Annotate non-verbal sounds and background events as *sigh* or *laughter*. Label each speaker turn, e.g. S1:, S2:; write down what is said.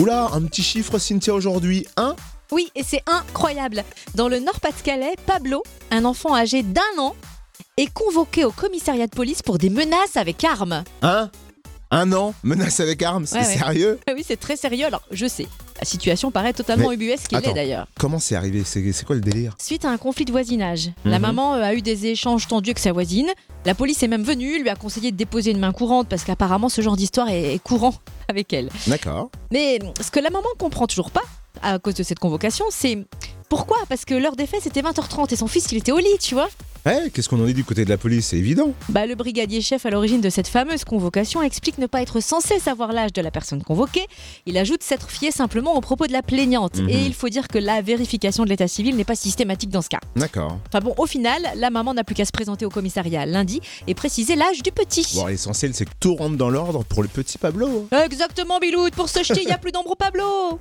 S1: Oula, un petit chiffre Cynthia aujourd'hui, 1 hein
S2: Oui, et c'est incroyable. Dans le Nord-Pas-de-Calais, Pablo, un enfant âgé d'un an, est convoqué au commissariat de police pour des menaces avec armes.
S1: Hein Un an Menace avec armes C'est
S2: Ouais, ouais.
S1: sérieux
S2: Ah Oui, c'est très sérieux. Alors, je sais, la situation paraît totalement
S1: Mais-
S2: ubuesque, il
S1: attends.
S2: est d'ailleurs.
S1: Comment c'est arrivé C'est c'est quoi le délire
S2: Suite à un conflit de voisinage, la
S1: Mhm.
S2: maman euh, a eu des échanges tendus avec sa voisine. La police est même venue, lui a conseillé de déposer une main courante parce qu'apparemment ce genre d'histoire est, est courant *laughs* avec elle.
S1: D'accord.
S2: Mais euh, ce que la maman comprend toujours pas à cause de cette convocation, c'est pourquoi Parce que l'heure des faits c'était 20h30 et son fils il était au lit, tu vois.
S1: Eh, qu'est-ce qu'on en est du côté de la police C'est évident.
S2: Bah, le brigadier chef à l'origine de cette fameuse convocation explique ne pas être censé savoir l'âge de la personne convoquée. Il ajoute s'être fié simplement aux propos de la plaignante.
S1: Mhm.
S2: Et il faut dire que la vérification de l'état civil n'est pas systématique dans ce cas.
S1: D'accord.
S2: Enfin bon, au final, la maman n'a plus qu'à se présenter au commissariat lundi et préciser l'âge du petit.
S1: Bon, l'essentiel, c'est que tout rentre dans l'ordre pour le petit Pablo. hein.
S2: Exactement, Biloud, pour se jeter, il n'y a plus d'ombre au Pablo